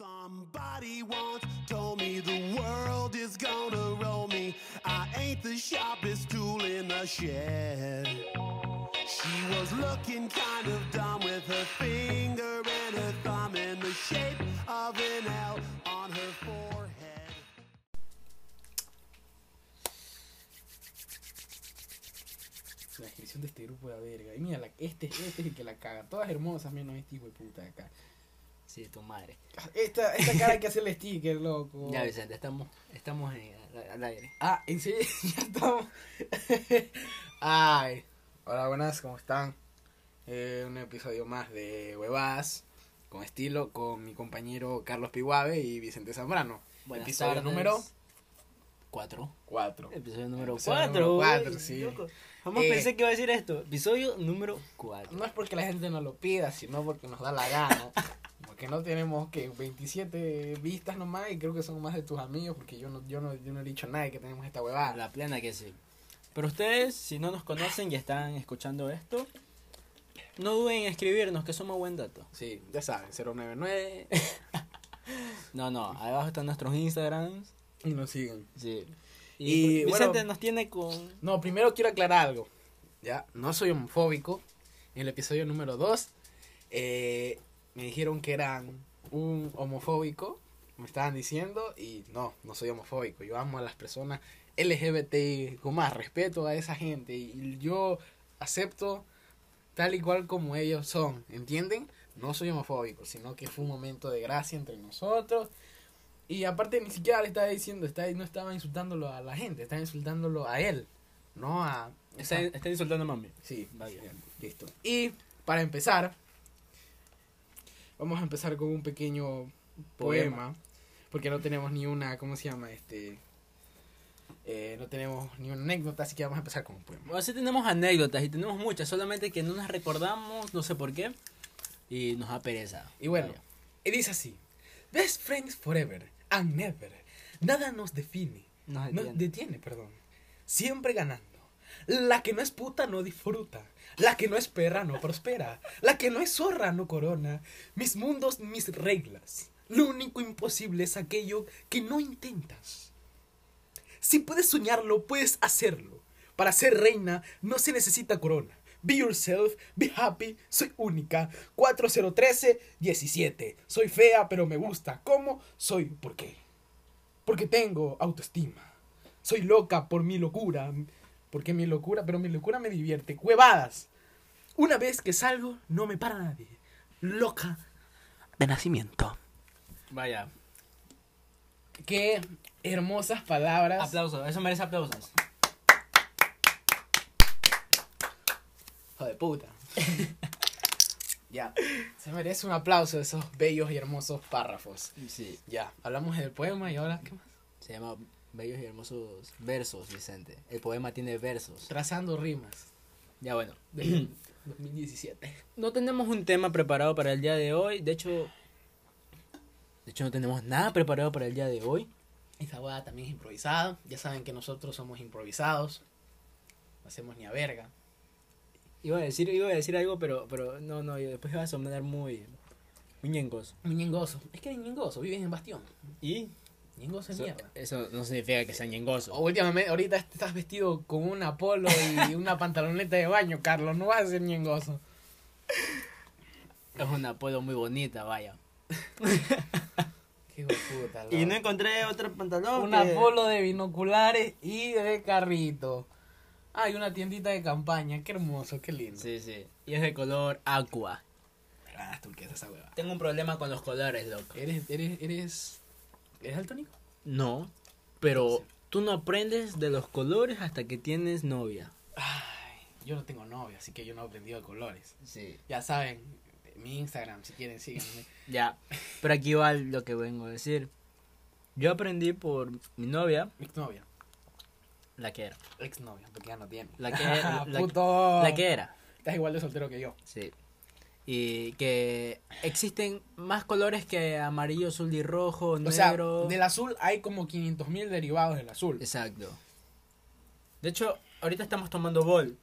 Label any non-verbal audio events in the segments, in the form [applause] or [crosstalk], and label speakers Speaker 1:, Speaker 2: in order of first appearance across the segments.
Speaker 1: Somebody once told me the world is gonna roll me. I ain't the sharpest tool in the shed. She was looking kind of dumb with her finger and her thumb in the shape of an L on her forehead.
Speaker 2: La descripción de este grupo de la verga. Y mira, la- este, este es el que la caga. Todas hermosas menos este hijo de puta de acá.
Speaker 3: Sí, tu madre.
Speaker 2: Esta, esta cara hay que hacerle sticker, loco.
Speaker 3: Ya, Vicente, estamos, estamos en, al- al aire.
Speaker 2: Ah, en serio, [laughs] ya estamos. Ay. Hola, buenas, ¿cómo están? Eh, un episodio más de Huevas con estilo con mi compañero Carlos Piguave y Vicente Zambrano.
Speaker 3: Buenas
Speaker 2: Episodio
Speaker 3: tardes.
Speaker 2: número
Speaker 3: Cuatro.
Speaker 2: 4.
Speaker 3: Episodio número
Speaker 2: Episodio número
Speaker 3: 4.
Speaker 2: cuatro, sí.
Speaker 3: Jamás
Speaker 2: Eh.
Speaker 3: pensé que iba a decir esto. Episodio número 4.
Speaker 2: No es porque la gente nos lo pida, sino porque nos da la [laughs] gana. Porque no tenemos que 27 vistas nomás y creo que son más de tus amigos porque yo no, yo no, yo no he dicho nada de que tenemos esta
Speaker 3: A
Speaker 2: huevada.
Speaker 3: la plena que sí. Pero ustedes, si no nos conocen y están escuchando esto, no duden en escribirnos, que somos buen dato.
Speaker 2: Sí, ya saben, 099.
Speaker 3: No, no, abajo están nuestros Instagrams.
Speaker 2: [laughs] y nos siguen.
Speaker 3: Sí.
Speaker 2: Y,
Speaker 3: Y,
Speaker 2: bueno-
Speaker 3: Vicente nos tiene con...
Speaker 2: No, primero quiero aclarar algo. Ya, no soy homofóbico. En el episodio número 2 me dijeron que eran un homofóbico. Me estaban diciendo y no, no soy homofóbico. Yo amo a las personas LGBTI, con más respeto a esa gente. Y yo acepto tal y cual como ellos son. ¿Entienden? No soy homofóbico, sino que fue un momento de gracia entre nosotros. Y aparte ni siquiera le estaba diciendo, está, no estaba insultándolo a la gente, estaba insultándolo a él, no a...
Speaker 3: Está insultando a mami.
Speaker 2: Sí,
Speaker 3: Va bien.
Speaker 2: listo. Y para empezar, vamos a empezar con un pequeño poema, porque no tenemos ni una, ¿cómo se llama? Este, eh, no tenemos ni una anécdota, así que vamos a empezar con un poema.
Speaker 3: Bueno, sí tenemos anécdotas y tenemos muchas, solamente que no las recordamos, no sé por qué, y nos da pereza.
Speaker 2: Y bueno,
Speaker 3: Vaya.
Speaker 2: y dice así, Best friends forever and never, nada nos define.
Speaker 3: Nos
Speaker 2: No,
Speaker 3: entiende.
Speaker 2: detiene, perdón. Siempre ganando. La que no es puta no disfruta. La que no es perra no prospera. La que no es zorra no corona. Mis mundos, mis reglas. Lo único imposible es aquello que no intentas. Si puedes soñarlo, puedes hacerlo. Para ser reina no se necesita corona. Be yourself, be happy, soy única. 4013-17. Soy fea, pero me gusta. ¿Cómo? Soy por qué. Porque tengo autoestima. Soy loca por mi locura. Porque mi locura, pero mi locura me divierte. Cuevadas. Una vez que salgo, no me para nadie. Loca de nacimiento.
Speaker 3: Vaya,
Speaker 2: Qué hermosas palabras.
Speaker 3: aplausos, eso merece aplausos.
Speaker 2: Hijo de
Speaker 3: [laughs]
Speaker 2: puta. ya. Se merece un aplauso esos bellos y hermosos párrafos.
Speaker 3: Sí,
Speaker 2: Ya. Hablamos del poema y ahora, ¿qué más?
Speaker 3: se llama Bellos y Hermosos Versos, Vicente. El poema tiene versos.
Speaker 2: Trazando rimas.
Speaker 3: Ya bueno, [clears throat]
Speaker 2: Del 2017.
Speaker 3: no tenemos un tema preparado para el día de hoy, de hecho, de hecho no tenemos nada preparado para el día de hoy.
Speaker 2: Esta hueá también es improvisada. Ya saben que nosotros somos improvisados. No hacemos ni a verga.
Speaker 3: Iba a decir, iba a decir algo, pero, pero no, no, y después iba a sonar muy, muy ñengos.
Speaker 2: Muy ñengoso. Es que eres ñengoso. Vives en Bastión.
Speaker 3: Y
Speaker 2: Ñengoso es
Speaker 3: eso,
Speaker 2: mierda.
Speaker 3: eso no significa que sea ñengoso.
Speaker 2: O últimamente, ahorita estás vestido con un polo y una [laughs] pantaloneta de baño, Carlos. No vas a ser ñengoso.
Speaker 3: Es una polo muy bonita, vaya.
Speaker 2: Qué hijo de puta.
Speaker 3: Y
Speaker 2: loco.
Speaker 3: no encontré otro pantalón.
Speaker 2: Un
Speaker 3: que-
Speaker 2: Apolo de binoculares y de carrito. Hay una tiendita de campaña, qué hermoso, qué lindo.
Speaker 3: Sí, sí. Y es de color aqua.
Speaker 2: Ah, turquesa esa hueva.
Speaker 3: Tengo un problema con los colores, loco.
Speaker 2: ¿Eres, eres, eres, eres altónico?
Speaker 3: No, pero tú no aprendes de los colores hasta que tienes novia.
Speaker 2: Ay, yo no tengo novia, así que yo no he aprendido de colores.
Speaker 3: Sí.
Speaker 2: Ya saben, mi Instagram, si quieren, síganme.
Speaker 3: Ya. Pero aquí va lo que vengo a decir. Yo aprendí por mi novia,
Speaker 2: Exnovia,
Speaker 3: la que era.
Speaker 2: exnovia, porque ya no tiene. Ah,
Speaker 3: La que era. la,
Speaker 2: Puto.
Speaker 3: la que era.
Speaker 2: Estás igual de soltero que yo.
Speaker 3: Sí. Y que existen más colores que amarillo, azul y rojo, negro.
Speaker 2: O sea, del azul hay como 500 mil derivados del azul.
Speaker 3: Exacto. De hecho, ahorita estamos tomando bol.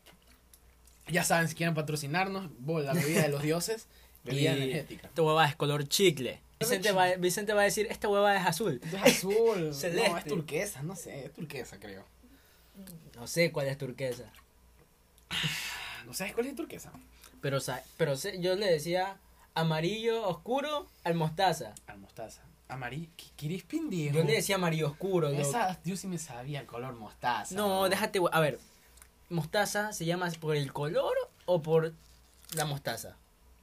Speaker 2: Ya
Speaker 3: [laughs]
Speaker 2: saben, si quieren patrocinarnos, bol, la bebida de los dioses, bebida
Speaker 3: y
Speaker 2: energética.
Speaker 3: Esta huevada es color chicle. Vicente va, Vicente va a decir, esta hueva es azul.
Speaker 2: Es azul.
Speaker 3: [laughs] Celeste.
Speaker 2: No, es turquesa, no sé, es turquesa creo.
Speaker 3: No sé cuál es turquesa.
Speaker 2: Ah, ¿No sabes cuál es turquesa?
Speaker 3: Pero, sa- pero sé- yo le decía amarillo oscuro al mostaza.
Speaker 2: Al Ah, mostaza. Amarillo. ¿Quieres pendejo?
Speaker 3: Yo le decía amarillo oscuro. loco.
Speaker 2: Esa, yo sí me sabía el color mostaza.
Speaker 3: No, déjate, hue- a ver. Mostaza se llama por el color o por la mostaza.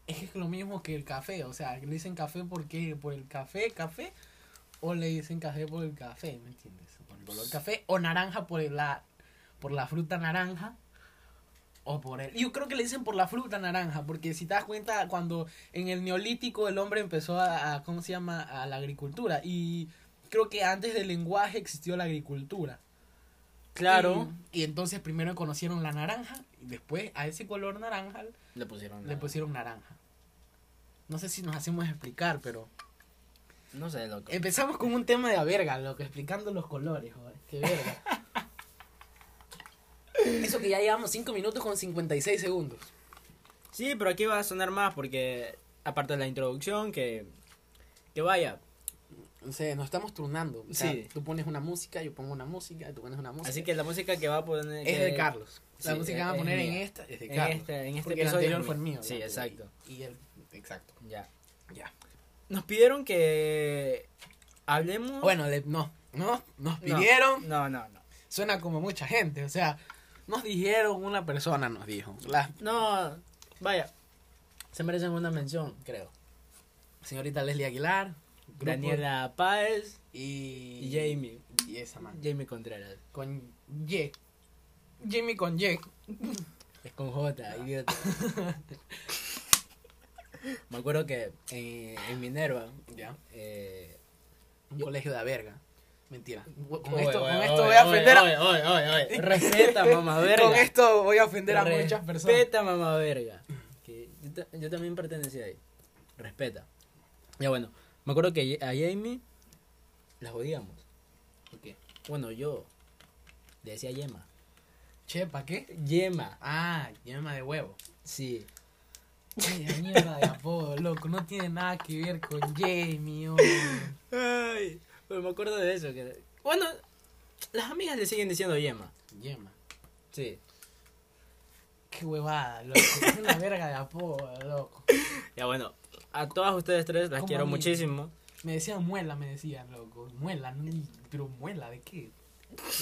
Speaker 2: Es que es lo mismo que el café, o sea, le dicen café porque por el café, café, o le dicen café por el café, ¿me entiendes? Por el color café, o naranja por la, por la fruta naranja, o por el... Yo creo que le dicen por la fruta naranja, porque si te das cuenta, cuando en el neolítico el hombre empezó a, a- ¿cómo se llama?, a la agricultura, y creo que antes del lenguaje existió la agricultura.
Speaker 3: Claro.
Speaker 2: Y, y entonces primero conocieron la naranja, y después a ese color naranja
Speaker 3: Le pusieron.
Speaker 2: le pusieron naranja. No sé si nos hacemos explicar, pero.
Speaker 3: No sé, loco.
Speaker 2: Empezamos con un tema de la verga, loco, explicando los colores, joder. Qué verga.
Speaker 3: [laughs]
Speaker 2: Eso que ya llevamos 5 minutos con 56 segundos.
Speaker 3: Sí, pero aquí va a sonar más porque, aparte de la introducción, que, que vaya.
Speaker 2: No sé, nos estamos turnando. O sea,
Speaker 3: Sí.
Speaker 2: Tú pones una música, yo pongo una música, tú pones una música.
Speaker 3: Así que la música que va a poner...
Speaker 2: es
Speaker 3: que-
Speaker 2: de Carlos. La
Speaker 3: sí,
Speaker 2: música que
Speaker 3: es-
Speaker 2: van a
Speaker 3: es
Speaker 2: poner en
Speaker 3: mía.
Speaker 2: esta es de
Speaker 3: En
Speaker 2: Carlos.
Speaker 3: este- en este
Speaker 2: Porque el
Speaker 3: episodio
Speaker 2: anterior
Speaker 3: es
Speaker 2: fue el
Speaker 3: mío.
Speaker 2: mío.
Speaker 3: Sí,
Speaker 2: ya,
Speaker 3: exacto.
Speaker 2: Y, y el. Exacto.
Speaker 3: Ya.
Speaker 2: Ya.
Speaker 3: Nos pidieron que hablemos...
Speaker 2: Bueno, le- no. No, nos
Speaker 3: No,
Speaker 2: pidieron.
Speaker 3: No, no, no.
Speaker 2: Suena como mucha gente. O sea, nos dijeron, una persona nos dijo. La
Speaker 3: No, vaya. Se merecen una mención, creo.
Speaker 2: señorita Leslie Aguilar, grupo-
Speaker 3: Daniela Páez
Speaker 2: y,
Speaker 3: y Jamie.
Speaker 2: Y esa man.
Speaker 3: Jamie Contreras.
Speaker 2: Con Y. Jamie con Y.
Speaker 3: Es con
Speaker 2: Ah.
Speaker 3: J, idiota. Me acuerdo que en, en Minerva...
Speaker 2: [laughs] Ya.
Speaker 3: Eh,
Speaker 2: Un colegio de la verga. Mentira. Con
Speaker 3: oye,
Speaker 2: esto,
Speaker 3: oye,
Speaker 2: con esto
Speaker 3: oye,
Speaker 2: voy a ofender a.
Speaker 3: oye, oye, oye, oye. Respeta, mamá
Speaker 2: [laughs]
Speaker 3: verga.
Speaker 2: Con esto voy a ofender a muchas personas.
Speaker 3: Respeta, mamá verga. Que yo, ta- yo también pertenecía ahí. Respeta. Ya bueno, me acuerdo que a Jamie la jodíamos.
Speaker 2: ¿Por qué?
Speaker 3: Bueno, yo le decía Yema.
Speaker 2: Che, ¿pa' qué?
Speaker 3: Yema,
Speaker 2: Ah, llama de [laughs] huevo.
Speaker 3: sí.
Speaker 2: Ay, la mierda de apodo, loco. No tiene nada que ver con Jamie, oh.
Speaker 3: Ay, pero me acuerdo de eso. Que... Bueno, las amigas le siguen diciendo Yema.
Speaker 2: Yema.
Speaker 3: Sí.
Speaker 2: Qué huevada, loco. Es [coughs] una verga de apodo, loco.
Speaker 3: Ya bueno, a todas ustedes tres las
Speaker 2: Como
Speaker 3: quiero
Speaker 2: a mí.
Speaker 3: muchísimo.
Speaker 2: Me decían muela, me decían, loco. Muela, no, y- pero muela, ¿de qué?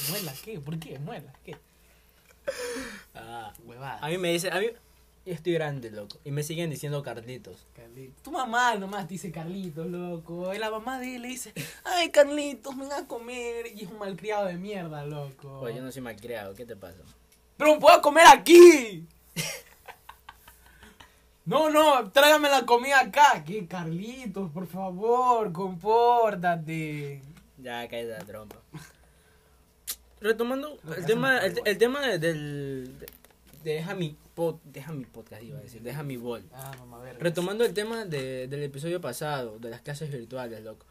Speaker 2: ¿Muela qué? ¿Por qué? ¿Muela qué?
Speaker 3: Ah,
Speaker 2: Huevada.
Speaker 3: a mí me dice, a mí yo estoy grande, loco. Y me siguen diciendo Carlitos.
Speaker 2: Carlitos. Tu mamá nomás te dice Carlitos, loco. Y la mamá de él le dice, ay, Carlitos, ven a comer. Y es un malcriado de mierda, loco.
Speaker 3: Oye, Pues yo no soy malcriado, ¿qué te pasa?
Speaker 2: Pero me puedo comer aquí. [laughs] No, no, tráigame la comida acá. ¿Qué, Carlitos? Por favor, compórtate.
Speaker 3: Ya, cae la trompa. Retomando
Speaker 2: Lo que
Speaker 3: el
Speaker 2: hace
Speaker 3: tema,
Speaker 2: Macaulay
Speaker 3: el, el tema de- del... de- deja, mi pod- deja mi podcast, iba a decir, deja mi bol.
Speaker 2: Ah, mamá, verga.
Speaker 3: Retomando el tema de- del episodio pasado, de las clases virtuales, loco.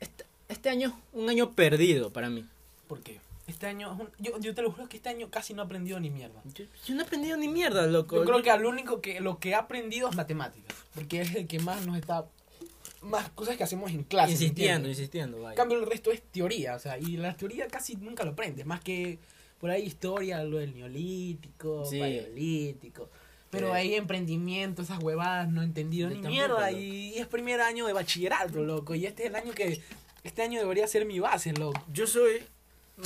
Speaker 3: Este, este año es un año perdido para mí.
Speaker 2: ¿Por qué? Este año, es un- yo, yo te lo juro que este año casi no he aprendido ni mierda.
Speaker 3: Yo, yo no he aprendido ni mierda, loco.
Speaker 2: Yo creo que lo único que lo que he aprendido es matemáticas, porque es el que más nos está más cosas que hacemos en clase. ¿me
Speaker 3: Insistiendo,
Speaker 2: entiendes?
Speaker 3: insistiendo, vaya.
Speaker 2: En cambio el resto es teoría, o sea, y la teoría casi nunca lo aprendes, más que por ahí historia, lo del neolítico,
Speaker 3: Sí.
Speaker 2: paleolítico. Pero
Speaker 3: Eh.
Speaker 2: ahí emprendimiento, esas huevadas, no he entendido
Speaker 3: Yo
Speaker 2: ni
Speaker 3: tampoco,
Speaker 2: mierda.
Speaker 3: loco.
Speaker 2: Y es primer año de bachillerato, loco. Y este es el año que. Este año debería ser mi base, loco.
Speaker 3: Yo soy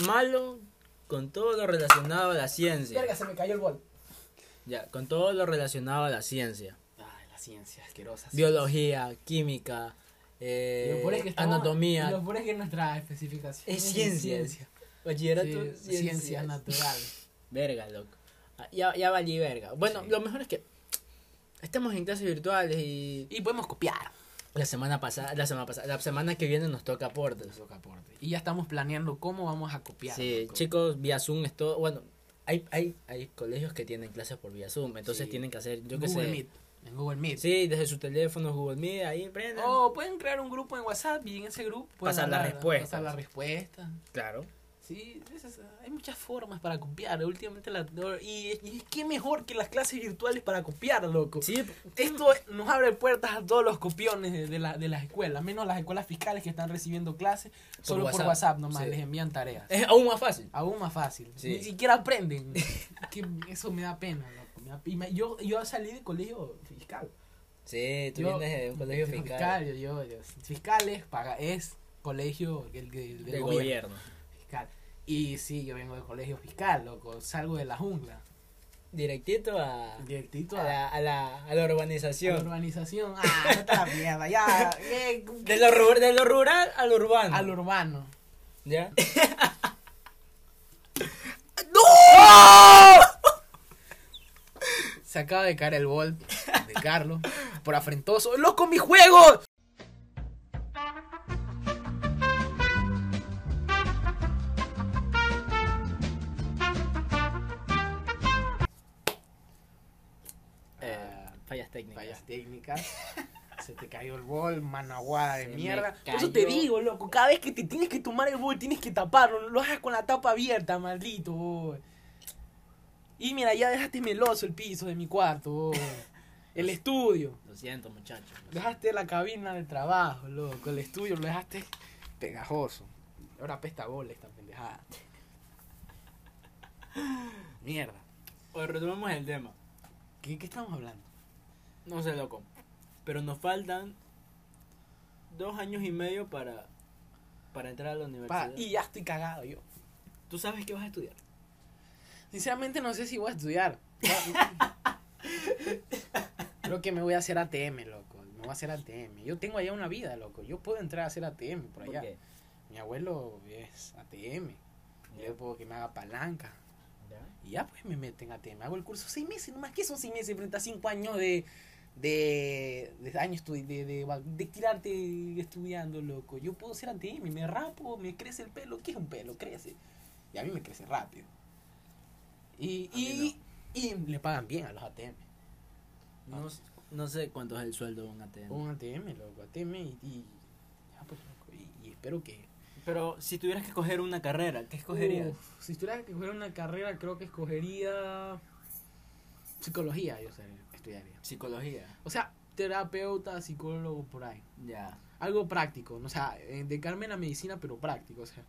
Speaker 3: malo con todo lo relacionado a la ciencia.
Speaker 2: Verga, se me cayó el bol.
Speaker 3: Ya, con todo lo relacionado a la ciencia.
Speaker 2: Ay, la ciencia asquerosa.
Speaker 3: Biología, química,
Speaker 2: Y
Speaker 3: eh,
Speaker 2: lo peor es que estamos- y
Speaker 3: anatomía.
Speaker 2: Lo peor es que nuestra especificación
Speaker 3: Es ciencia. Bachillerato,
Speaker 2: Sí,
Speaker 3: ciencias.
Speaker 2: ciencias naturales.
Speaker 3: Verga, loco. Ah, Ya, ya valí verga. Bueno,
Speaker 2: Sí.
Speaker 3: lo mejor es que estamos en clases virtuales y
Speaker 2: Y podemos copiar.
Speaker 3: la semana pasada, la semana pasada, la semana que viene nos toca aportes.
Speaker 2: Eso que aporte. Y ya estamos planeando cómo vamos a copiar.
Speaker 3: Sí,
Speaker 2: loco.
Speaker 3: chicos, vía Zoom es todo. Bueno, hay, hay, hay colegios que tienen clases por vía Zoom, entonces
Speaker 2: Sí.
Speaker 3: tienen que hacer, yo qué
Speaker 2: Google
Speaker 3: sé.
Speaker 2: Meet. En Google Meet.
Speaker 3: Sí, desde su teléfono, Google Meet, ahí prendan.
Speaker 2: Oh. O pueden crear un grupo en WhatsApp y en ese grupo pueden
Speaker 3: Pasar las
Speaker 2: hablar,
Speaker 3: respuestas.
Speaker 2: Pasar las respuestas.
Speaker 3: Claro.
Speaker 2: Sí, es- es- hay muchas formas para copiar. Últimamente la. Y, y qué mejor que las clases virtuales para copiar, loco.
Speaker 3: Sí,
Speaker 2: Esto nos abre puertas a todos los copiones de, de la- de las escuelas, menos las escuelas fiscales que están recibiendo clases solo por
Speaker 3: WhatsApp.
Speaker 2: WhatsApp nomás,
Speaker 3: Sí.
Speaker 2: les envían tareas.
Speaker 3: es aún más fácil.
Speaker 2: Aún más fácil.
Speaker 3: Sí.
Speaker 2: Ni siquiera
Speaker 3: [laughs]
Speaker 2: aprenden. Que eso me da pena, loco. Me da- y me- yo, yo salí de colegio fiscal.
Speaker 3: Sí, tú
Speaker 2: Yo-
Speaker 3: vienes de
Speaker 2: [laughs]
Speaker 3: un colegio fiscal.
Speaker 2: yo, yo, yo- fiscales, paga, es colegio del, del- del
Speaker 3: Del
Speaker 2: gobierno.
Speaker 3: gobierno.
Speaker 2: fiscal. Y sí, yo vengo del colegio fiscal, loco. Salgo de la jungla.
Speaker 3: Directito a,
Speaker 2: Directito a,
Speaker 3: a, la, a, la, a la
Speaker 2: la
Speaker 3: urbanización.
Speaker 2: urbanización. Ah, no está la mierda, ya. eh,
Speaker 3: De lo, ru- de lo rural al urbano.
Speaker 2: Al [laughs] urbano.
Speaker 3: ¿Ya?
Speaker 2: Se acaba de caer el gol de Carlos por afrentoso. ¡Loco, mi juego!
Speaker 3: [laughs] Eh, fallas técnicas.
Speaker 2: Fallas técnicas. Se te cayó el gol, managuada de
Speaker 3: Se me
Speaker 2: mierda. Por eso te
Speaker 3: cayó.
Speaker 2: digo, loco, cada vez que te tienes que tomar el gol, tienes que taparlo. No Lo hagas con la tapa abierta, maldito. boy. Y mira, ya dejaste meloso el piso de mi cuarto. boy. El estudio.
Speaker 3: Lo siento, muchachos.
Speaker 2: Dejaste la cabina de trabajo, loco. El estudio lo dejaste pegajoso. Ahora pesta gol esta pendejada. Mierda.
Speaker 3: Hoy retomamos pues, el tema.
Speaker 2: ¿Qué, qué estamos hablando?
Speaker 3: No sé, loco. Pero nos faltan dos años y medio para, para entrar a la
Speaker 2: Pa,
Speaker 3: universidad.
Speaker 2: y ya estoy cagado yo.
Speaker 3: tú sabes que vas a estudiar.
Speaker 2: Sinceramente no sé si voy a estudiar. Creo que me voy a hacer ATM, loco. Me voy a hacer ATM. Yo tengo allá una vida, loco. Yo puedo entrar a hacer ATM por allá.
Speaker 3: qué?
Speaker 2: Mi abuelo es ATM.
Speaker 3: Ya.
Speaker 2: Yo puedo que me haga palanca.
Speaker 3: ¿Ya?
Speaker 2: Y ya pues me meten a ATM. Hago el curso seis meses nomás. ¿Qué son seis meses frente a cinco años de... De, de años estudi- de, de, de tirarte estudiando, loco. Yo puedo ser ATM, me rapo, me crece el pelo. ¿Qué es un pelo? Crece. Y a mí me crece rápido. Y,
Speaker 3: A mí
Speaker 2: y, y le pagan bien a los ATM.
Speaker 3: No, s- no sé cuánto es el sueldo de Ah. un ATM.
Speaker 2: Un ATM, loco, ATM y, y- ya, pues, loco, y- y espero que
Speaker 3: Pero si tuvieras que escoger una carrera, ¿qué escogerías?
Speaker 2: Uf, si tuviera que escoger una carrera, creo que escogería psicología, yo sé, estudiaría.
Speaker 3: Psicología.
Speaker 2: O sea, terapeuta, psicólogo, por ahí.
Speaker 3: Ya.
Speaker 2: Algo práctico, ¿no? o sea, eh, dedicarme a la medicina, pero práctico, o sea,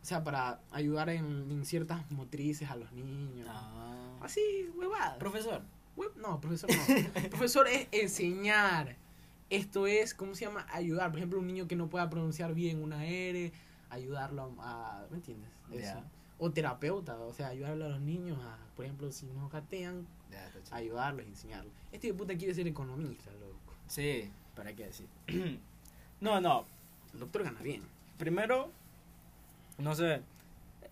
Speaker 2: o sea para ayudar en, en ciertas motrices a los niños.
Speaker 3: Ah.
Speaker 2: Así, huevada.
Speaker 3: Profesor.
Speaker 2: Hue- no, profesor
Speaker 3: [laughs]
Speaker 2: no. profesor es enseñar. Esto es, ¿cómo se llama? Ayudar. Por ejemplo, un niño que no pueda pronunciar bien una R, ayudarlo a... a- ¿Me entiendes? Eso.
Speaker 3: Ya.
Speaker 2: O terapeuta, o sea, ayudarle a los niños a, por ejemplo, si no gatean,
Speaker 3: Ya, está chido.
Speaker 2: ayudarlos, enseñarlos. Este hijo de puta quiere ser economista, loco.
Speaker 3: Sí, ¿para qué decir? [clears throat] no, no.
Speaker 2: El doctor gana bien.
Speaker 3: Primero, no sé.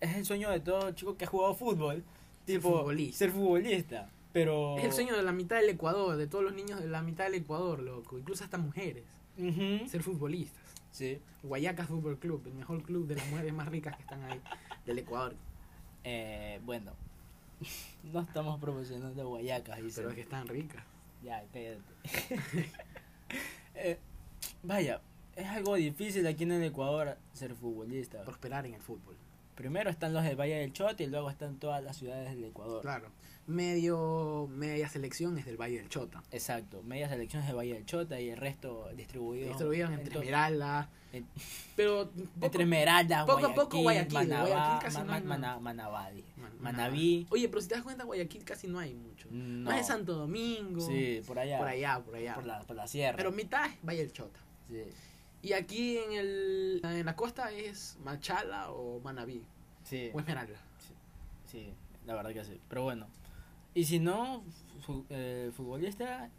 Speaker 3: Es el sueño de todo chico que ha jugado fútbol. Tipo,
Speaker 2: futbolista.
Speaker 3: ser futbolista. Pero.
Speaker 2: Es el sueño de la mitad del Ecuador, de todos los niños de la mitad del Ecuador, loco. Incluso hasta mujeres.
Speaker 3: Ujú.
Speaker 2: Ser futbolistas.
Speaker 3: Sí.
Speaker 2: Guayacas Fútbol Club, el mejor club de las mujeres más ricas que están ahí del Ecuador.
Speaker 3: Eh, bueno. [laughs] no estamos promocionando guayacas, dice.
Speaker 2: Pero es que están ricas.
Speaker 3: Ya, cállate. [laughs] Eh, vaya, es algo difícil aquí en el Ecuador ser futbolista.
Speaker 2: prosperar en el fútbol.
Speaker 3: Primero están los del Valle del Chote y luego están todas las ciudades del Ecuador.
Speaker 2: Claro. Medio, media selección es del Valle del Chota.
Speaker 3: Exacto, medias elecciones del Valle del Chota y el resto distribuido.
Speaker 2: Distribuidos entre
Speaker 3: to-
Speaker 2: Esmeralda.
Speaker 3: en-
Speaker 2: Pero poco-
Speaker 3: entre Esmeralda,
Speaker 2: poco a poco Guayaquil,
Speaker 3: Manabá,
Speaker 2: Guayaquil casi
Speaker 3: Ma-
Speaker 2: no
Speaker 3: Ma-
Speaker 2: hay nada.
Speaker 3: Mana- Manabadi,
Speaker 2: Man-
Speaker 3: Manabí.
Speaker 2: Oye, pero si te das cuenta, Guayaquil casi no hay mucho.
Speaker 3: No.
Speaker 2: Más de Santo Domingo.
Speaker 3: Sí, por allá.
Speaker 2: Por allá, por allá.
Speaker 3: Por la, por la sierra.
Speaker 2: Pero mitad es Valle del Chota.
Speaker 3: Sí,
Speaker 2: Y aquí en, el, en la costa es Machala o Manabí.
Speaker 3: sí,
Speaker 2: O Esmeralda.
Speaker 3: sí, la verdad que sí. Pero bueno. Y si no, fu- eh, futbolista,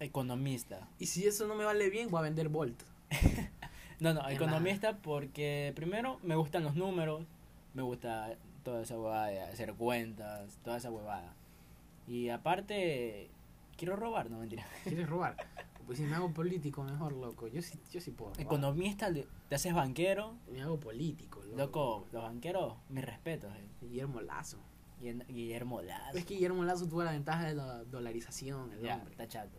Speaker 3: economista.
Speaker 2: Y si eso no me vale bien, voy a vender Volt.
Speaker 3: No, no,
Speaker 2: Nada.
Speaker 3: economista porque primero me gustan los números, me gusta toda esa huevada de hacer cuentas, toda esa huevada. Y aparte, quiero robar, no mentira.
Speaker 2: ¿Quieres robar? [laughs] Pues si me hago político, mejor, loco. Yo sí, yo sí puedo. robar.
Speaker 3: Economista, le- te haces banquero,
Speaker 2: Me hago político, loco.
Speaker 3: loco, los banqueros, mis respetos. eh.
Speaker 2: Guillermo Lazo.
Speaker 3: Guillen- Guillermo Lazo.
Speaker 2: Es que Guillermo Lazo tuvo la ventaja de la dolarización, el
Speaker 3: Ya,
Speaker 2: hombre.
Speaker 3: está chato.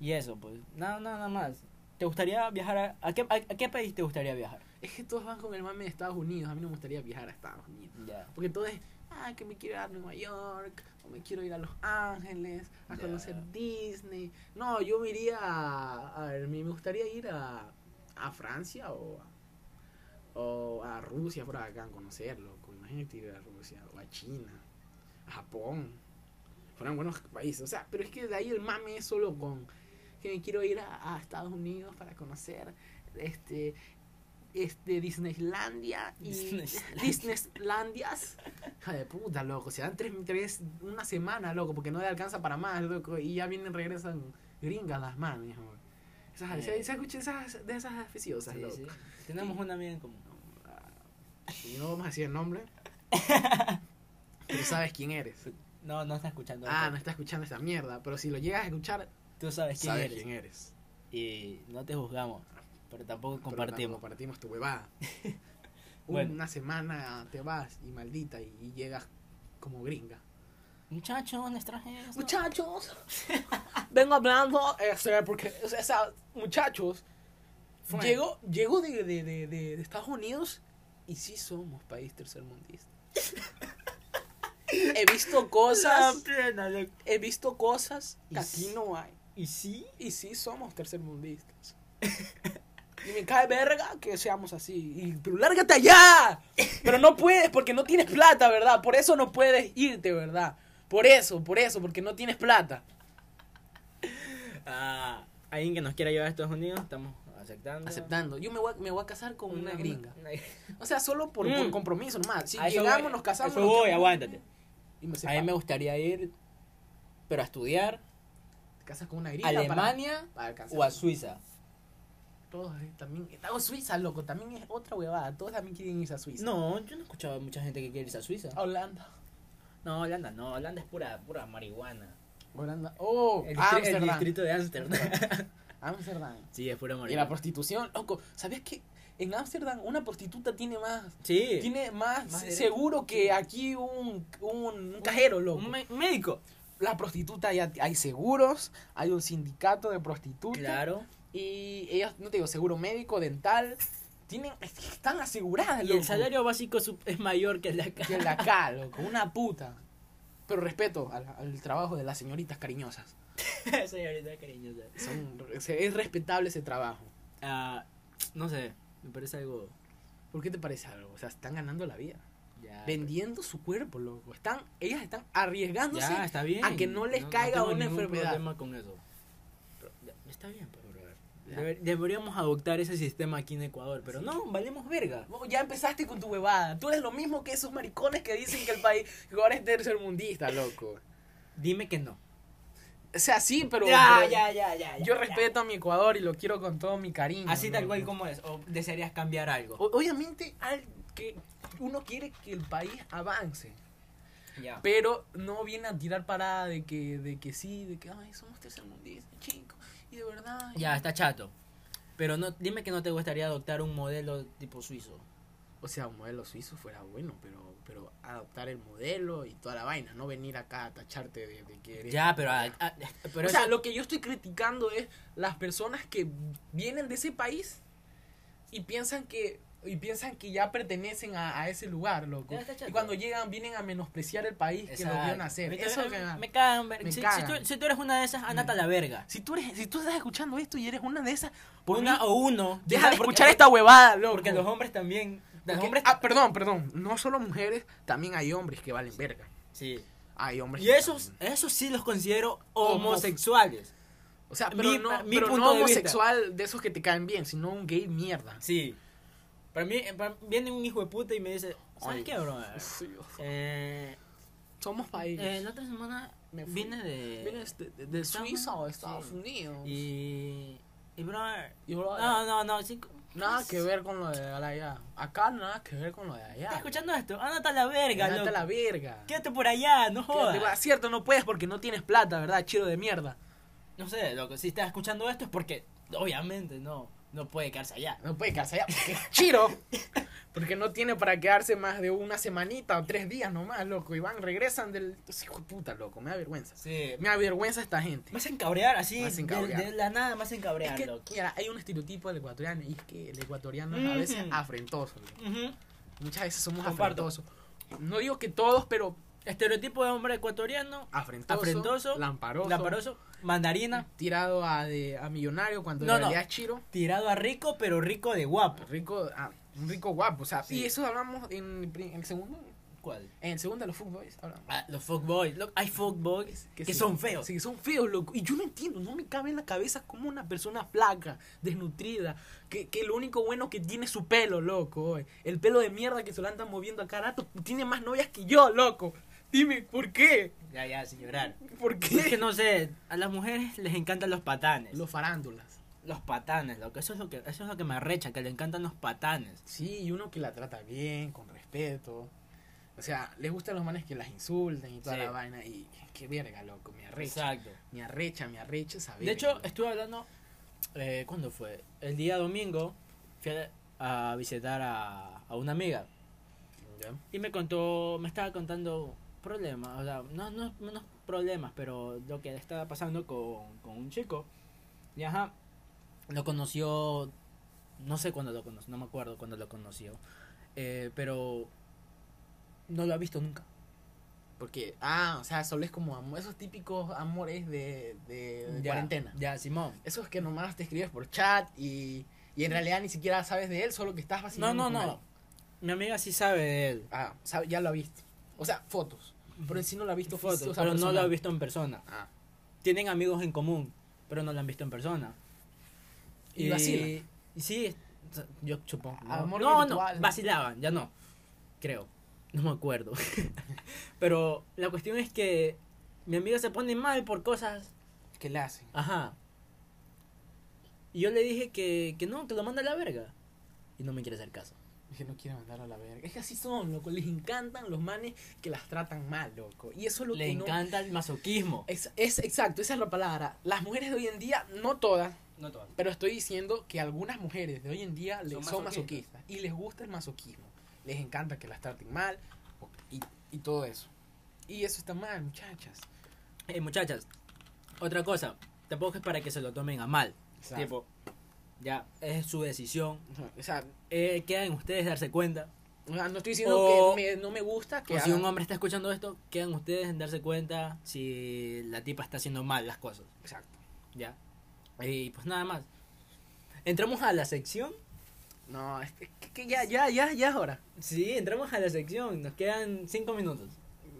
Speaker 3: Y eso, pues, nada, nada, nada más. ¿Te gustaría viajar a, a qué, a, a qué país te gustaría viajar?
Speaker 2: Es que todos van con el mame de Estados Unidos. A mí no me gustaría viajar a Estados Unidos.
Speaker 3: Ya.
Speaker 2: Porque todo es, ah, que me quiero ir a Nueva York, o me quiero ir a Los Ángeles, a
Speaker 3: Ya.
Speaker 2: conocer Disney. No, yo me iría a. A ver, me me gustaría ir a, a Francia o a, o a Rusia, por acá, a conocerlo. Imagínate ir a Rusia, o a China, a Japón. Fueron buenos países. O sea, pero es que de ahí el mame es solo con que me quiero ir a, a Estados Unidos para conocer este este Disneylandia y
Speaker 3: Disneylandia.
Speaker 2: Disneylandias hija de puta loco se dan tres, tres una semana loco porque no le alcanza para más loco y ya vienen regresan gringas las manos esas
Speaker 3: Eh.
Speaker 2: se, se escuchan esas de esas oficiosas
Speaker 3: Sí,
Speaker 2: loco
Speaker 3: sí. Tenemos una amiga en común.
Speaker 2: y no vamos a decir el
Speaker 3: [laughs]
Speaker 2: nombre tú sabes quién eres
Speaker 3: No, no está escuchando.
Speaker 2: ah no está escuchando esta mierda pero si lo llegas a escuchar
Speaker 3: Tú sabes quién
Speaker 2: sabes
Speaker 3: eres.
Speaker 2: quién eres
Speaker 3: Y no te juzgamos, pero tampoco
Speaker 2: Pero
Speaker 3: compartimos.
Speaker 2: compartimos tu
Speaker 3: [laughs]
Speaker 2: huevada.
Speaker 3: Bueno.
Speaker 2: Una semana te vas y maldita y, y llegas como gringa.
Speaker 3: Muchachos, les traje esto.
Speaker 2: Muchachos, [laughs] vengo hablando, eh, o sea, porque, o sea, esa- muchachos,
Speaker 3: Fue.
Speaker 2: llegó, llegó de, de, de, de- de Estados Unidos y sí somos país
Speaker 3: [laughs]
Speaker 2: tercermundista. he visto
Speaker 3: La
Speaker 2: cosas,
Speaker 3: plena, loco.
Speaker 2: he visto cosas
Speaker 3: Y
Speaker 2: que aquí
Speaker 3: sí.
Speaker 2: no hay.
Speaker 3: ¿Y sí?
Speaker 2: Y sí somos tercermundistas. Y me cae verga que seamos así. Y, pero lárgate allá. Pero no puedes porque no tienes plata, ¿verdad? Por eso no puedes irte, ¿verdad? Por eso, por eso, porque no tienes plata.
Speaker 3: Ah, alguien que nos quiera llevar a Estados Unidos, estamos aceptando.
Speaker 2: Aceptando. Yo me voy a, me voy a casar con una, gringa.
Speaker 3: una-
Speaker 2: O sea, solo por, por
Speaker 3: Mm.
Speaker 2: compromiso nomás. Si
Speaker 3: A eso
Speaker 2: llegamos,
Speaker 3: voy,
Speaker 2: nos casamos.
Speaker 3: a Eso
Speaker 2: nos
Speaker 3: voy,
Speaker 2: quedamos-
Speaker 3: aguántate.
Speaker 2: Y me
Speaker 3: A mí me
Speaker 2: separo.
Speaker 3: gustaría ir, pero a estudiar
Speaker 2: Te casas con una gringa.
Speaker 3: a
Speaker 2: para-
Speaker 3: Alemania
Speaker 2: para alcanzar.
Speaker 3: o a Suiza.
Speaker 2: Todos, eh, también. O Suiza, loco. También es otra huevada. Todos también quieren irse a Suiza.
Speaker 3: No, yo no he escuchado a mucha gente que quiere irse a Suiza.
Speaker 2: A Holanda.
Speaker 3: No, Holanda no, Holanda es pura, pura marihuana.
Speaker 2: Holanda. Oh,
Speaker 3: El, distri- el
Speaker 2: Ámsterdam.
Speaker 3: distrito de Ámsterdam.
Speaker 2: Ámsterdam.
Speaker 3: sí, es [laughs] pura
Speaker 2: Y la
Speaker 3: marihuana.
Speaker 2: prostitución, loco, ¿sabías que en Ámsterdam una prostituta tiene más
Speaker 3: Sí.
Speaker 2: tiene más,
Speaker 3: Más
Speaker 2: se-
Speaker 3: derecho.
Speaker 2: seguro que aquí un, un, un cajero, loco?
Speaker 3: Un me- médico.
Speaker 2: La prostituta ya hay seguros, hay un sindicato de prostitutas
Speaker 3: Claro.
Speaker 2: y ellas no te digo, seguro médico, dental, tienen es que están aseguradas,
Speaker 3: Y
Speaker 2: loco.
Speaker 3: el salario básico su- es mayor que el de acá. [laughs]
Speaker 2: que la acá, loco, una puta. Pero respeto al, al trabajo de las señoritas cariñosas.
Speaker 3: Señorita cariñosa.
Speaker 2: Son- se- es respetable ese trabajo.
Speaker 3: Ah, no sé, me parece algo.
Speaker 2: ¿Por qué te parece algo? O sea, están ganando la vida.
Speaker 3: Ya,
Speaker 2: vendiendo su cuerpo, loco. Están, ellas están arriesgándose.
Speaker 3: ya, está bien.
Speaker 2: a que no les caiga
Speaker 3: tengo
Speaker 2: una
Speaker 3: ningún
Speaker 2: enfermedad.
Speaker 3: problema con eso. Pero, ya, está bien, pues, brother. Deber- deberíamos adoptar ese sistema aquí en Ecuador, pero no, valemos verga.
Speaker 2: Vos Ya empezaste con tu huevada. Tú eres lo mismo que esos maricones que dicen que el país [laughs] que ahora es tercermundista, loco.
Speaker 3: Dime que no.
Speaker 2: O sea, sí, pero, pero
Speaker 3: ya, ya.
Speaker 2: yo respeto a mi Ecuador y lo quiero con todo mi cariño.
Speaker 3: Así tal
Speaker 2: loco.
Speaker 3: cual como es, o desearías cambiar algo.
Speaker 2: O- Obviamente al que uno quiere que el país avance,
Speaker 3: Ya.
Speaker 2: pero no viene a tirar parada de que de que sí, de que ay, somos tercermundistas, chicos, y de verdad. y-
Speaker 3: Ya, está chato. Pero no, dime que no te gustaría adoptar un modelo tipo suizo.
Speaker 2: O sea, un modelo suizo fuera bueno, pero, pero adoptar el modelo y toda la vaina, no venir acá a tacharte de, de que eres...
Speaker 3: Ya, pero. a- a- pero
Speaker 2: o sea,
Speaker 3: eso-
Speaker 2: lo que yo estoy criticando es las personas que vienen de ese país y piensan que y piensan que ya pertenecen a, a ese lugar, loco.
Speaker 3: Ya está chato.
Speaker 2: Y cuando llegan, vienen a menospreciar el país que los
Speaker 3: Exacto.
Speaker 2: vio nacer.
Speaker 3: Me,
Speaker 2: Eso me
Speaker 3: me,
Speaker 2: da-
Speaker 3: me cagan, ver-
Speaker 2: Me
Speaker 3: si,
Speaker 2: cagan.
Speaker 3: Si, tú, si tú eres una de esas, andate a la verga.
Speaker 2: Si, tú eres, si tú estás escuchando esto y eres una de esas, por
Speaker 3: Una
Speaker 2: mí,
Speaker 3: o uno.
Speaker 2: deja de
Speaker 3: Porque-
Speaker 2: escuchar esta huevada, loco.
Speaker 3: Porque los hombres también. Los
Speaker 2: Porque-
Speaker 3: hombres.
Speaker 2: ah, perdón, perdón. No solo mujeres, también hay hombres que valen verga.
Speaker 3: Sí.
Speaker 2: Hay hombres
Speaker 3: Y
Speaker 2: que
Speaker 3: esos,
Speaker 2: también-
Speaker 3: esos sí los considero
Speaker 2: Homo-
Speaker 3: homosexuales.
Speaker 2: O sea, pero
Speaker 3: Mi-
Speaker 2: no,
Speaker 3: mi
Speaker 2: pero
Speaker 3: punto
Speaker 2: no
Speaker 3: de vista.
Speaker 2: homosexual de esos que te caen bien, sino un gay mierda.
Speaker 3: Sí. Para mí, para- viene un hijo de puta y me dice: ¿Sabes
Speaker 2: Ay.
Speaker 3: qué, bro?
Speaker 2: Sí, o sea,
Speaker 3: Eh,
Speaker 2: Somos país.
Speaker 3: eh, la otra semana
Speaker 2: Me fui.
Speaker 3: vine de.
Speaker 2: Vienes de, de- de
Speaker 3: estamos-
Speaker 2: Suiza o Estados
Speaker 3: sí.
Speaker 2: Unidos.
Speaker 3: Y. Ah, Y, bro.
Speaker 2: Y, bro,
Speaker 3: No, no, no. sí,
Speaker 2: Nada que ver con lo de allá. Acá nada que ver con lo de allá.
Speaker 3: ¿Estás escuchando esto? Ándate a la verga,
Speaker 2: Andate
Speaker 3: loco.
Speaker 2: a la verga.
Speaker 3: Quédate por allá, no
Speaker 2: Quédate, va,
Speaker 3: jodas.
Speaker 2: Cierto, no puedes porque no tienes plata, ¿verdad? Chiro de mierda.
Speaker 3: No sé, loco, si estás escuchando esto es porque, obviamente, no. no puede quedarse allá.
Speaker 2: No puede quedarse allá porque es
Speaker 3: [laughs]
Speaker 2: chiro. Porque no tiene para quedarse más de una semanita o tres días nomás, loco. Y van, regresan del. Entonces, hijo de puta, loco. Me da vergüenza.
Speaker 3: Sí.
Speaker 2: Me da vergüenza esta gente.
Speaker 3: Más encabrear así,
Speaker 2: Más
Speaker 3: de-
Speaker 2: encabrear.
Speaker 3: De, la nada, más encabrear,
Speaker 2: Es que,
Speaker 3: loco.
Speaker 2: mira, hay un estereotipo del ecuatoriano y es que el ecuatoriano es a veces
Speaker 3: Ujú.
Speaker 2: afrentoso. loco.
Speaker 3: Ujú.
Speaker 2: Muchas veces somos
Speaker 3: Comparto.
Speaker 2: afrentosos. No digo que todos, pero
Speaker 3: Estereotipo de hombre ecuatoriano,
Speaker 2: afrentoso,
Speaker 3: Afrentoso,
Speaker 2: lamparoso,
Speaker 3: lamparoso, mandarina,
Speaker 2: tirado a, de, a millonario cuando
Speaker 3: No,
Speaker 2: en
Speaker 3: no.
Speaker 2: realidad es chiro.
Speaker 3: tirado a rico, pero rico de guapo.
Speaker 2: Rico, ah, un rico guapo. O sea,
Speaker 3: Sí.
Speaker 2: y eso hablamos en, el pri- en el segundo.
Speaker 3: ¿Cuál?
Speaker 2: En el segundo de los fuckboys hablamos.
Speaker 3: Ah, los fuckboys. Lo- hay fuckboys que,
Speaker 2: sí,
Speaker 3: son feos.
Speaker 2: Sí, que son feos, loco. Y yo no entiendo, no me cabe en la cabeza como una persona flaca, desnutrida, que, que lo único bueno que tiene es su pelo, loco. oye. El pelo de mierda que se lo andan moviendo a carato tiene más novias que yo, loco. Dime, ¿por qué?
Speaker 3: Ya, ya, sin llorar.
Speaker 2: ¿Por
Speaker 3: Es que
Speaker 2: qué?
Speaker 3: no sé, a las mujeres les encantan los patanes.
Speaker 2: Los farándulas.
Speaker 3: Los patanes, loco. Eso es lo que, eso es lo que me arrecha, que le encantan los patanes.
Speaker 2: Sí, y uno que la trata bien, con respeto. O sea, les gustan los manes que las insulten y toda
Speaker 3: Sí.
Speaker 2: la vaina. Y qué verga, loco, me arrecha.
Speaker 3: Exacto.
Speaker 2: Me arrecha, me arrecha saber.
Speaker 3: De hecho, estuve hablando. Eh, ¿Cuándo fue? El día domingo fui a, a visitar a, a una amiga y me contó, me estaba contando problemas, o sea, no, no, no unos problemas, pero lo que le estaba pasando con, con un chico. Y ajá, lo conoció, no sé cuándo lo conoció, no me acuerdo cuándo lo conoció, eh, pero no lo ha visto nunca.
Speaker 2: Porque, ah, o sea, solo es como amo- esos típicos amores de, de, Eh, de
Speaker 3: Ya,
Speaker 2: cuarentena.
Speaker 3: Ya, Simón.
Speaker 2: Esos que nomás te escribes por chat y, y en realidad ni siquiera sabes de él, solo que estás
Speaker 3: No,
Speaker 2: vacilando.
Speaker 3: no,
Speaker 2: con
Speaker 3: no.
Speaker 2: alguien.
Speaker 3: Mi amiga sí sabe de él.
Speaker 2: Ah, sabe- ya lo ha visto. O sea, fotos. Pero en sí no lo ha visto
Speaker 3: fotos,
Speaker 2: físico, o sea,
Speaker 3: pero no lo
Speaker 2: personal.
Speaker 3: ha visto en persona.
Speaker 2: Ah,
Speaker 3: Tienen amigos en común, pero no lo han visto en persona.
Speaker 2: Y vacilan.
Speaker 3: Y sí, yo supongo. No,
Speaker 2: Amor
Speaker 3: no,
Speaker 2: virtual,
Speaker 3: no,
Speaker 2: ¿no?
Speaker 3: vacilaban, ya no. Creo. No me acuerdo. [laughs] pero la cuestión es que mi amiga se pone mal por cosas.
Speaker 2: ¿qué le hacen?
Speaker 3: Ajá. Y yo le dije que, que no, que lo manda a la verga. Y no me quiere hacer caso.
Speaker 2: Es que no quieren mandar a la verga. Es que así son, loco. Les encantan los manes que las tratan mal, loco. Y eso es lo
Speaker 3: Le
Speaker 2: que no...
Speaker 3: encanta el masoquismo.
Speaker 2: Es, es exacto, esa es la palabra. Las mujeres de hoy en día, no todas,
Speaker 3: No todas.
Speaker 2: Pero estoy diciendo que algunas mujeres de hoy en día les- son,
Speaker 3: masoquistas.
Speaker 2: masoquistas. y les gusta el masoquismo. Les encanta que las traten mal o- y, y todo eso. Y eso está mal, muchachas.
Speaker 3: Eh, muchachas, otra cosa, tampoco es para que se lo tomen a mal.
Speaker 2: Exacto.
Speaker 3: Tipo, ya, es su decisión.
Speaker 2: Ajá, O sea,
Speaker 3: Eh, queda en ustedes darse cuenta.
Speaker 2: o sea, no estoy diciendo
Speaker 3: O-
Speaker 2: que me- no me gusta que
Speaker 3: O si un
Speaker 2: hagan-
Speaker 3: hombre está escuchando esto, queda en ustedes en darse cuenta si la tipa está haciendo mal las cosas.
Speaker 2: Exacto.
Speaker 3: Ya. Y pues nada más. Entramos a la sección.
Speaker 2: No, es que, que ya, ya, ya, ya es hora.
Speaker 3: Sí, entramos a la sección. Nos quedan cinco minutos.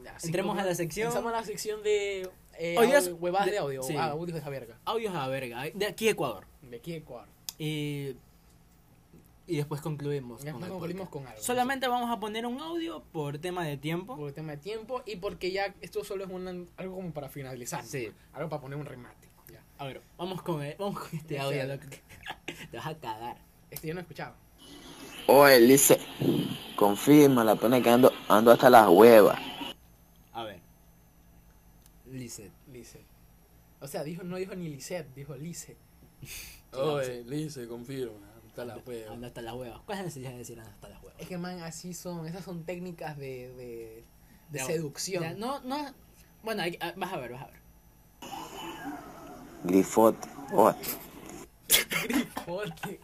Speaker 2: Ya,
Speaker 3: Entremos a la sección.
Speaker 2: Entramos a la sección de eh,
Speaker 3: Oye,
Speaker 2: audio-
Speaker 3: es-
Speaker 2: huevadas
Speaker 3: de-
Speaker 2: de audio.
Speaker 3: sí.
Speaker 2: Ah, audio de esa verga.
Speaker 3: Audios a la verga. De aquí a Ecuador.
Speaker 2: De aquí de Ecuador.
Speaker 3: Y, y después concluimos.
Speaker 2: Ya
Speaker 3: con el
Speaker 2: concluimos
Speaker 3: podcast.
Speaker 2: con algo.
Speaker 3: Solamente vamos a poner un audio por tema de tiempo.
Speaker 2: por el tema de tiempo y porque ya esto solo es un- algo como para finalizar.
Speaker 3: Sí.
Speaker 2: Algo para poner un remate. ya.
Speaker 3: A ver, vamos con, el- vamos con este
Speaker 2: Este
Speaker 3: audio,
Speaker 2: audio.
Speaker 3: loco. [laughs] Te vas a cagar.
Speaker 2: Este yo no escuchaba.
Speaker 4: Oye, Lice, confirma la pena que ando, ando hasta las huevas.
Speaker 3: A ver. Lizeth.
Speaker 2: Lice. O sea, dijo, no dijo ni Lisette, dijo Lice.
Speaker 3: Oye,
Speaker 2: Lice, confirma. Está
Speaker 3: Anda hasta las huevas. ¿Cuál es la necesidad de decir anda hasta las huevas?
Speaker 2: Es que, man, así son. Esas son técnicas de, de, de
Speaker 3: Ya,
Speaker 2: seducción.
Speaker 3: ya, no, no. Bueno, hay- ah, vas a ver, vas a ver.
Speaker 4: Grifote, oye.
Speaker 2: Grifote.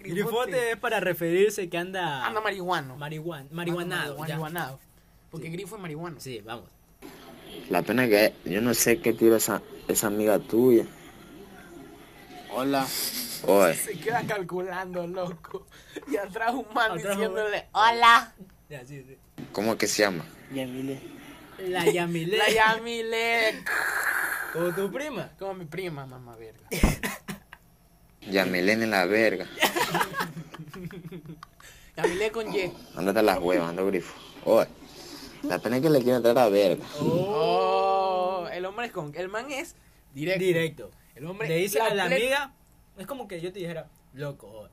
Speaker 3: Grifote es para referirse que anda.
Speaker 2: Anda marihuano.
Speaker 3: marihuana. Marihuanado.
Speaker 2: Anda
Speaker 3: ya.
Speaker 2: marihuanado. Porque
Speaker 3: Sí.
Speaker 2: grifo es marihuano.
Speaker 3: Sí, vamos.
Speaker 4: La pena que yo no sé qué tiro esa, esa amiga tuya. Hola. Oye,
Speaker 2: Se queda calculando, loco. Y atrás un man
Speaker 3: Atrás un-
Speaker 2: diciéndole, hola.
Speaker 3: Ya, sí, sí.
Speaker 4: ¿cómo que se llama?
Speaker 3: [laughs] La Yamile.
Speaker 2: La Yamile.
Speaker 3: Como tu prima.
Speaker 2: Como mi prima, mamá [laughs] verga.
Speaker 4: Yamelene la verga.
Speaker 2: Yamile con Y.
Speaker 4: Ando hasta las huevas, ando grifo. Oye, la pena que le quiero entrar a verga.
Speaker 2: Oh, el hombre es con. El man es directo.
Speaker 3: Directo.
Speaker 2: El hombre
Speaker 3: Le dice a la
Speaker 2: ple-
Speaker 3: amiga, es como que yo te dijera, loco, oye,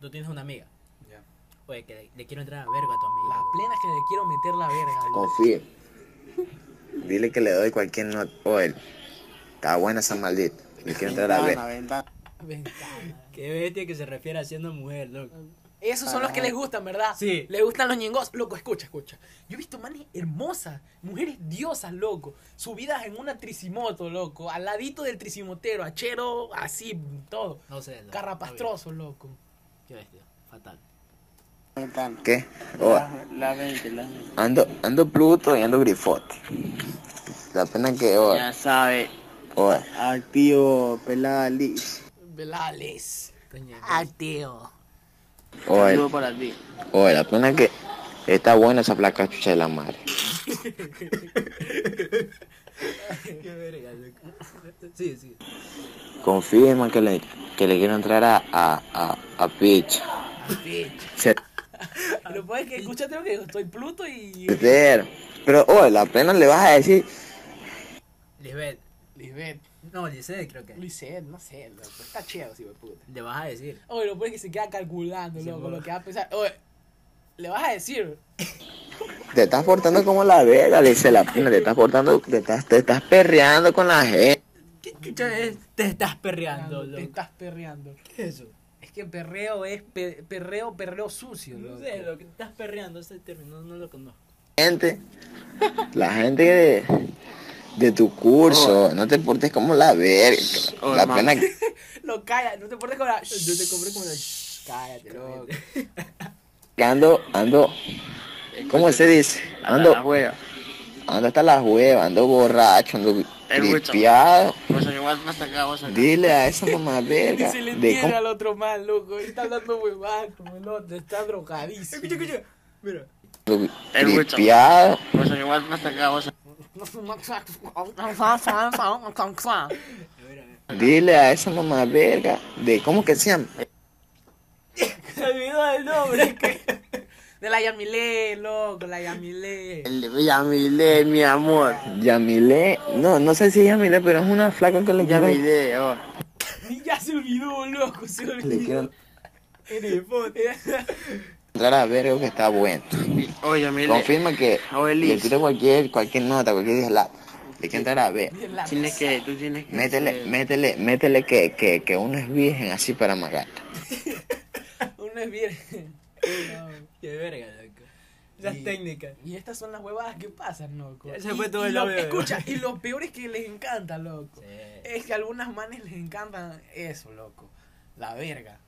Speaker 3: tú tienes una amiga,
Speaker 2: Ya.
Speaker 3: oye, que le, le quiero entrar a verga a tu amiga.
Speaker 2: La
Speaker 3: loco".
Speaker 2: plena que le quiero meter la verga. loco.
Speaker 4: Confía. Dile que le doy cualquier nota. Oye, está buena esa maldita. Le quiero entrar a verga.
Speaker 2: Oh. Ventana.
Speaker 3: Qué bestia que se refiere a siendo mujer, loco.
Speaker 2: Esos son los que les gustan, ¿verdad?
Speaker 3: Sí.
Speaker 2: Les gustan los ñengos. Loco, escucha, escucha. Yo he visto manes hermosas, mujeres diosas, loco. Subidas en una tricimoto, loco. Al ladito del tricimotero, achero, así, todo.
Speaker 3: No sé. loco.
Speaker 2: Carrapastroso, loco.
Speaker 3: No vi. Qué bestia. Fatal.
Speaker 5: Ventana.
Speaker 4: ¿Qué? Oh,
Speaker 5: La, la 20, la 20.
Speaker 4: ando, ando Pluto y ando Grifote. La pena que, oh,
Speaker 5: Ya sabe,
Speaker 4: oh,
Speaker 5: activo, pelada Liz.
Speaker 3: [laughs]
Speaker 2: Velales.
Speaker 3: Coño,
Speaker 2: Activo.
Speaker 4: oh,
Speaker 5: Saludo para ti.
Speaker 4: oh, la pena que está buena esa placa chucha de la madre.
Speaker 3: Qué verga, loco. Sí, sí.
Speaker 4: Confirma que le, que le quiero entrar a, a, a, a Pitch. Se-
Speaker 2: Pero puedes que escúchate lo que digo, estoy Pluto y.
Speaker 4: Pero, pero, oh, la pena le vas a decir,
Speaker 3: Lisbeth.
Speaker 2: Lisbeth,
Speaker 3: No, Lisette creo que.
Speaker 2: Lisette, no sé, loco. Está chévere, si me puta.
Speaker 3: Le vas a decir.
Speaker 2: Oye, lo puedes que se queda calculando,
Speaker 3: Sí,
Speaker 2: loco,
Speaker 3: por-
Speaker 2: lo que va a pensar. Oye, le vas a decir.
Speaker 4: te estás portando como la verga, le dice la pena, te estás portando, te estás, te estás perreando con la gente.
Speaker 3: ¿Qué chucha es? Te estás perreando,
Speaker 2: Te
Speaker 3: loco.
Speaker 2: estás perreando.
Speaker 3: ¿Qué es eso?
Speaker 2: Es que perreo es pe- perreo, perreo sucio,
Speaker 3: No
Speaker 2: loco.
Speaker 3: sé, lo que estás perreando, ese término no lo conozco.
Speaker 4: gente, la gente de, de tu curso, no te portes como la verga.
Speaker 5: Oh,
Speaker 4: la
Speaker 5: hermano.
Speaker 4: pena que,
Speaker 2: Lo calla, no te portes con la.
Speaker 3: Yo te compré como la-
Speaker 2: Shh, Cállate, loco.
Speaker 4: que ando, ando, ¿cómo se dice?
Speaker 5: Anda la
Speaker 4: Ando,
Speaker 5: hueva.
Speaker 4: ando hasta las huevas, ando borracho, ando
Speaker 5: Escucha.
Speaker 4: gripeado.
Speaker 5: Vos igual vas acá, vos acá.
Speaker 4: Dile a esa
Speaker 5: [laughs]
Speaker 4: mamá
Speaker 2: Y
Speaker 4: verga
Speaker 2: se le
Speaker 4: de
Speaker 2: entiende
Speaker 4: cómo,
Speaker 2: al otro mal, loco. Está hablando huevadas como el otro, está drogadísimo.
Speaker 3: Mira.
Speaker 5: Eh,
Speaker 4: ando
Speaker 5: Escucha.
Speaker 4: gripeado.
Speaker 5: Vos igual vas acá, vos acá.
Speaker 4: Dile a esa mamá verga de cómo que se llama.
Speaker 2: [laughs] Se olvidó del nombre. que- De la Yamilé, loco, la Yamilé.
Speaker 5: Yamile, mi amor.
Speaker 4: Yamile, no, no sé si es Yamile, pero es una flaca que le quiero.
Speaker 5: Yamile, oh.
Speaker 2: Y ya se olvidó, loco, se
Speaker 4: Le
Speaker 2: olvidó. [laughs]
Speaker 4: quiero
Speaker 2: Eres bote.
Speaker 4: entrar a verga que está bueno.
Speaker 5: Oh, Yamile.
Speaker 4: Confirma que
Speaker 5: Oye,
Speaker 4: le
Speaker 5: Liz.
Speaker 4: tiro cualquier, cualquier nota, cualquier dislap. Le que entrar a ver.
Speaker 2: Bien, la-
Speaker 5: Tienes que, tú tienes que.
Speaker 4: Métele,
Speaker 5: ser-
Speaker 4: métele, métele que, que, que uno es virgen así para magar.
Speaker 2: Uno es virgen.
Speaker 3: Qué verga, loco. Esas
Speaker 2: Y-
Speaker 3: técnicas.
Speaker 2: Y estas son las huevadas que pasan, loco.
Speaker 3: Ya se fue
Speaker 2: Y-
Speaker 3: todo
Speaker 2: y
Speaker 3: el
Speaker 2: lo-
Speaker 3: audio.
Speaker 2: Escucha, y
Speaker 3: [laughs]
Speaker 2: lo peor es que les encanta, loco.
Speaker 3: Sí.
Speaker 2: Es que a algunas manes les encantan eso, loco. La verga.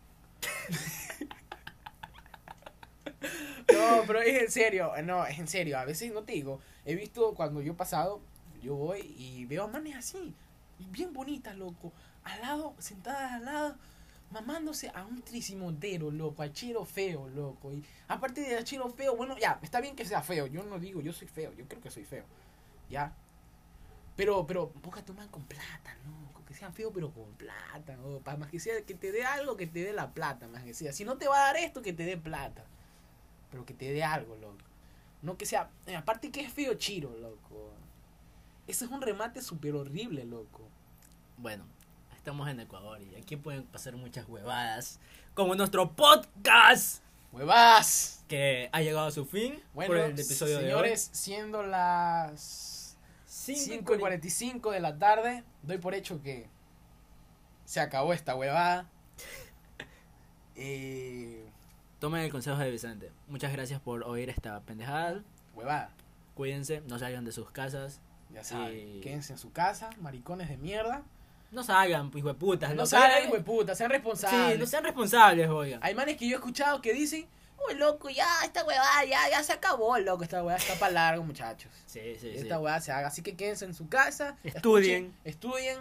Speaker 2: No, pero es en serio, no, es en serio. A veces no te digo, he visto cuando yo he pasado, yo voy y veo a manes así, bien bonitas, loco. Al lado, sentadas al lado, mamándose a un trisimotero, loco, a chero feo, loco. Y aparte de chero feo, bueno, ya, está bien que sea feo. Yo no digo, yo soy feo, yo creo que soy feo. Ya, pero, pero, búscate un man con plata, loco. Que sean feos, pero con plata. o Para más que sea, que te dé algo, que te dé la plata, más que sea. Si no te va a dar esto, que te dé plata. Pero que te dé algo, loco. No que sea. eh, Aparte que es feo chiro, loco. Ese es un remate súper horrible, loco.
Speaker 3: Bueno, estamos en Ecuador y aquí pueden pasar muchas huevadas. Como nuestro podcast
Speaker 2: ¡Huevas!
Speaker 3: que ha llegado a su fin
Speaker 2: Bueno,
Speaker 3: por el episodio
Speaker 2: señores, siendo las
Speaker 3: de hoy.
Speaker 2: 5 y 45 de la tarde, doy por hecho que se acabó esta
Speaker 3: [laughs]
Speaker 2: huevada. Eh,
Speaker 3: Tomen el consejo de Vicente. Muchas gracias por oír esta pendejada.
Speaker 2: huevada.
Speaker 3: Cuídense, no salgan de sus casas.
Speaker 2: Ya saben,
Speaker 3: Sí.
Speaker 2: quédense en su casa, maricones de mierda.
Speaker 3: No salgan, pues, hijo de putas.
Speaker 2: No,
Speaker 3: loco.
Speaker 2: salgan, hueputa, sean
Speaker 3: Sí,
Speaker 2: responsables.
Speaker 3: no sean responsables, oigan.
Speaker 2: Hay manes que yo he escuchado que dicen, uy, loco, ya, esta huevada, ya, ya se acabó, loco, esta huevada está para largo, muchachos.
Speaker 3: Sí, sí, sí.
Speaker 2: esta huevada se haga, así que quédense en su casa.
Speaker 3: Estudien.
Speaker 2: escuchen, estudien,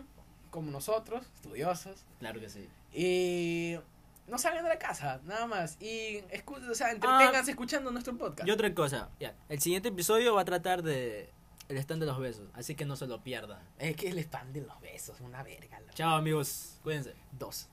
Speaker 2: como nosotros, estudiosos.
Speaker 3: Claro que sí.
Speaker 2: Y no salgan de la casa, nada más. Y escu- o sea,
Speaker 3: Ah.
Speaker 2: entreténganse escuchando nuestro podcast.
Speaker 3: Y otra cosa, ya, el siguiente episodio va a tratar de el stand de los besos, así que no se lo pierdan.
Speaker 2: Es que el spam de los besos, una verga. loco.
Speaker 3: Chao amigos, cuídense.
Speaker 2: Dos.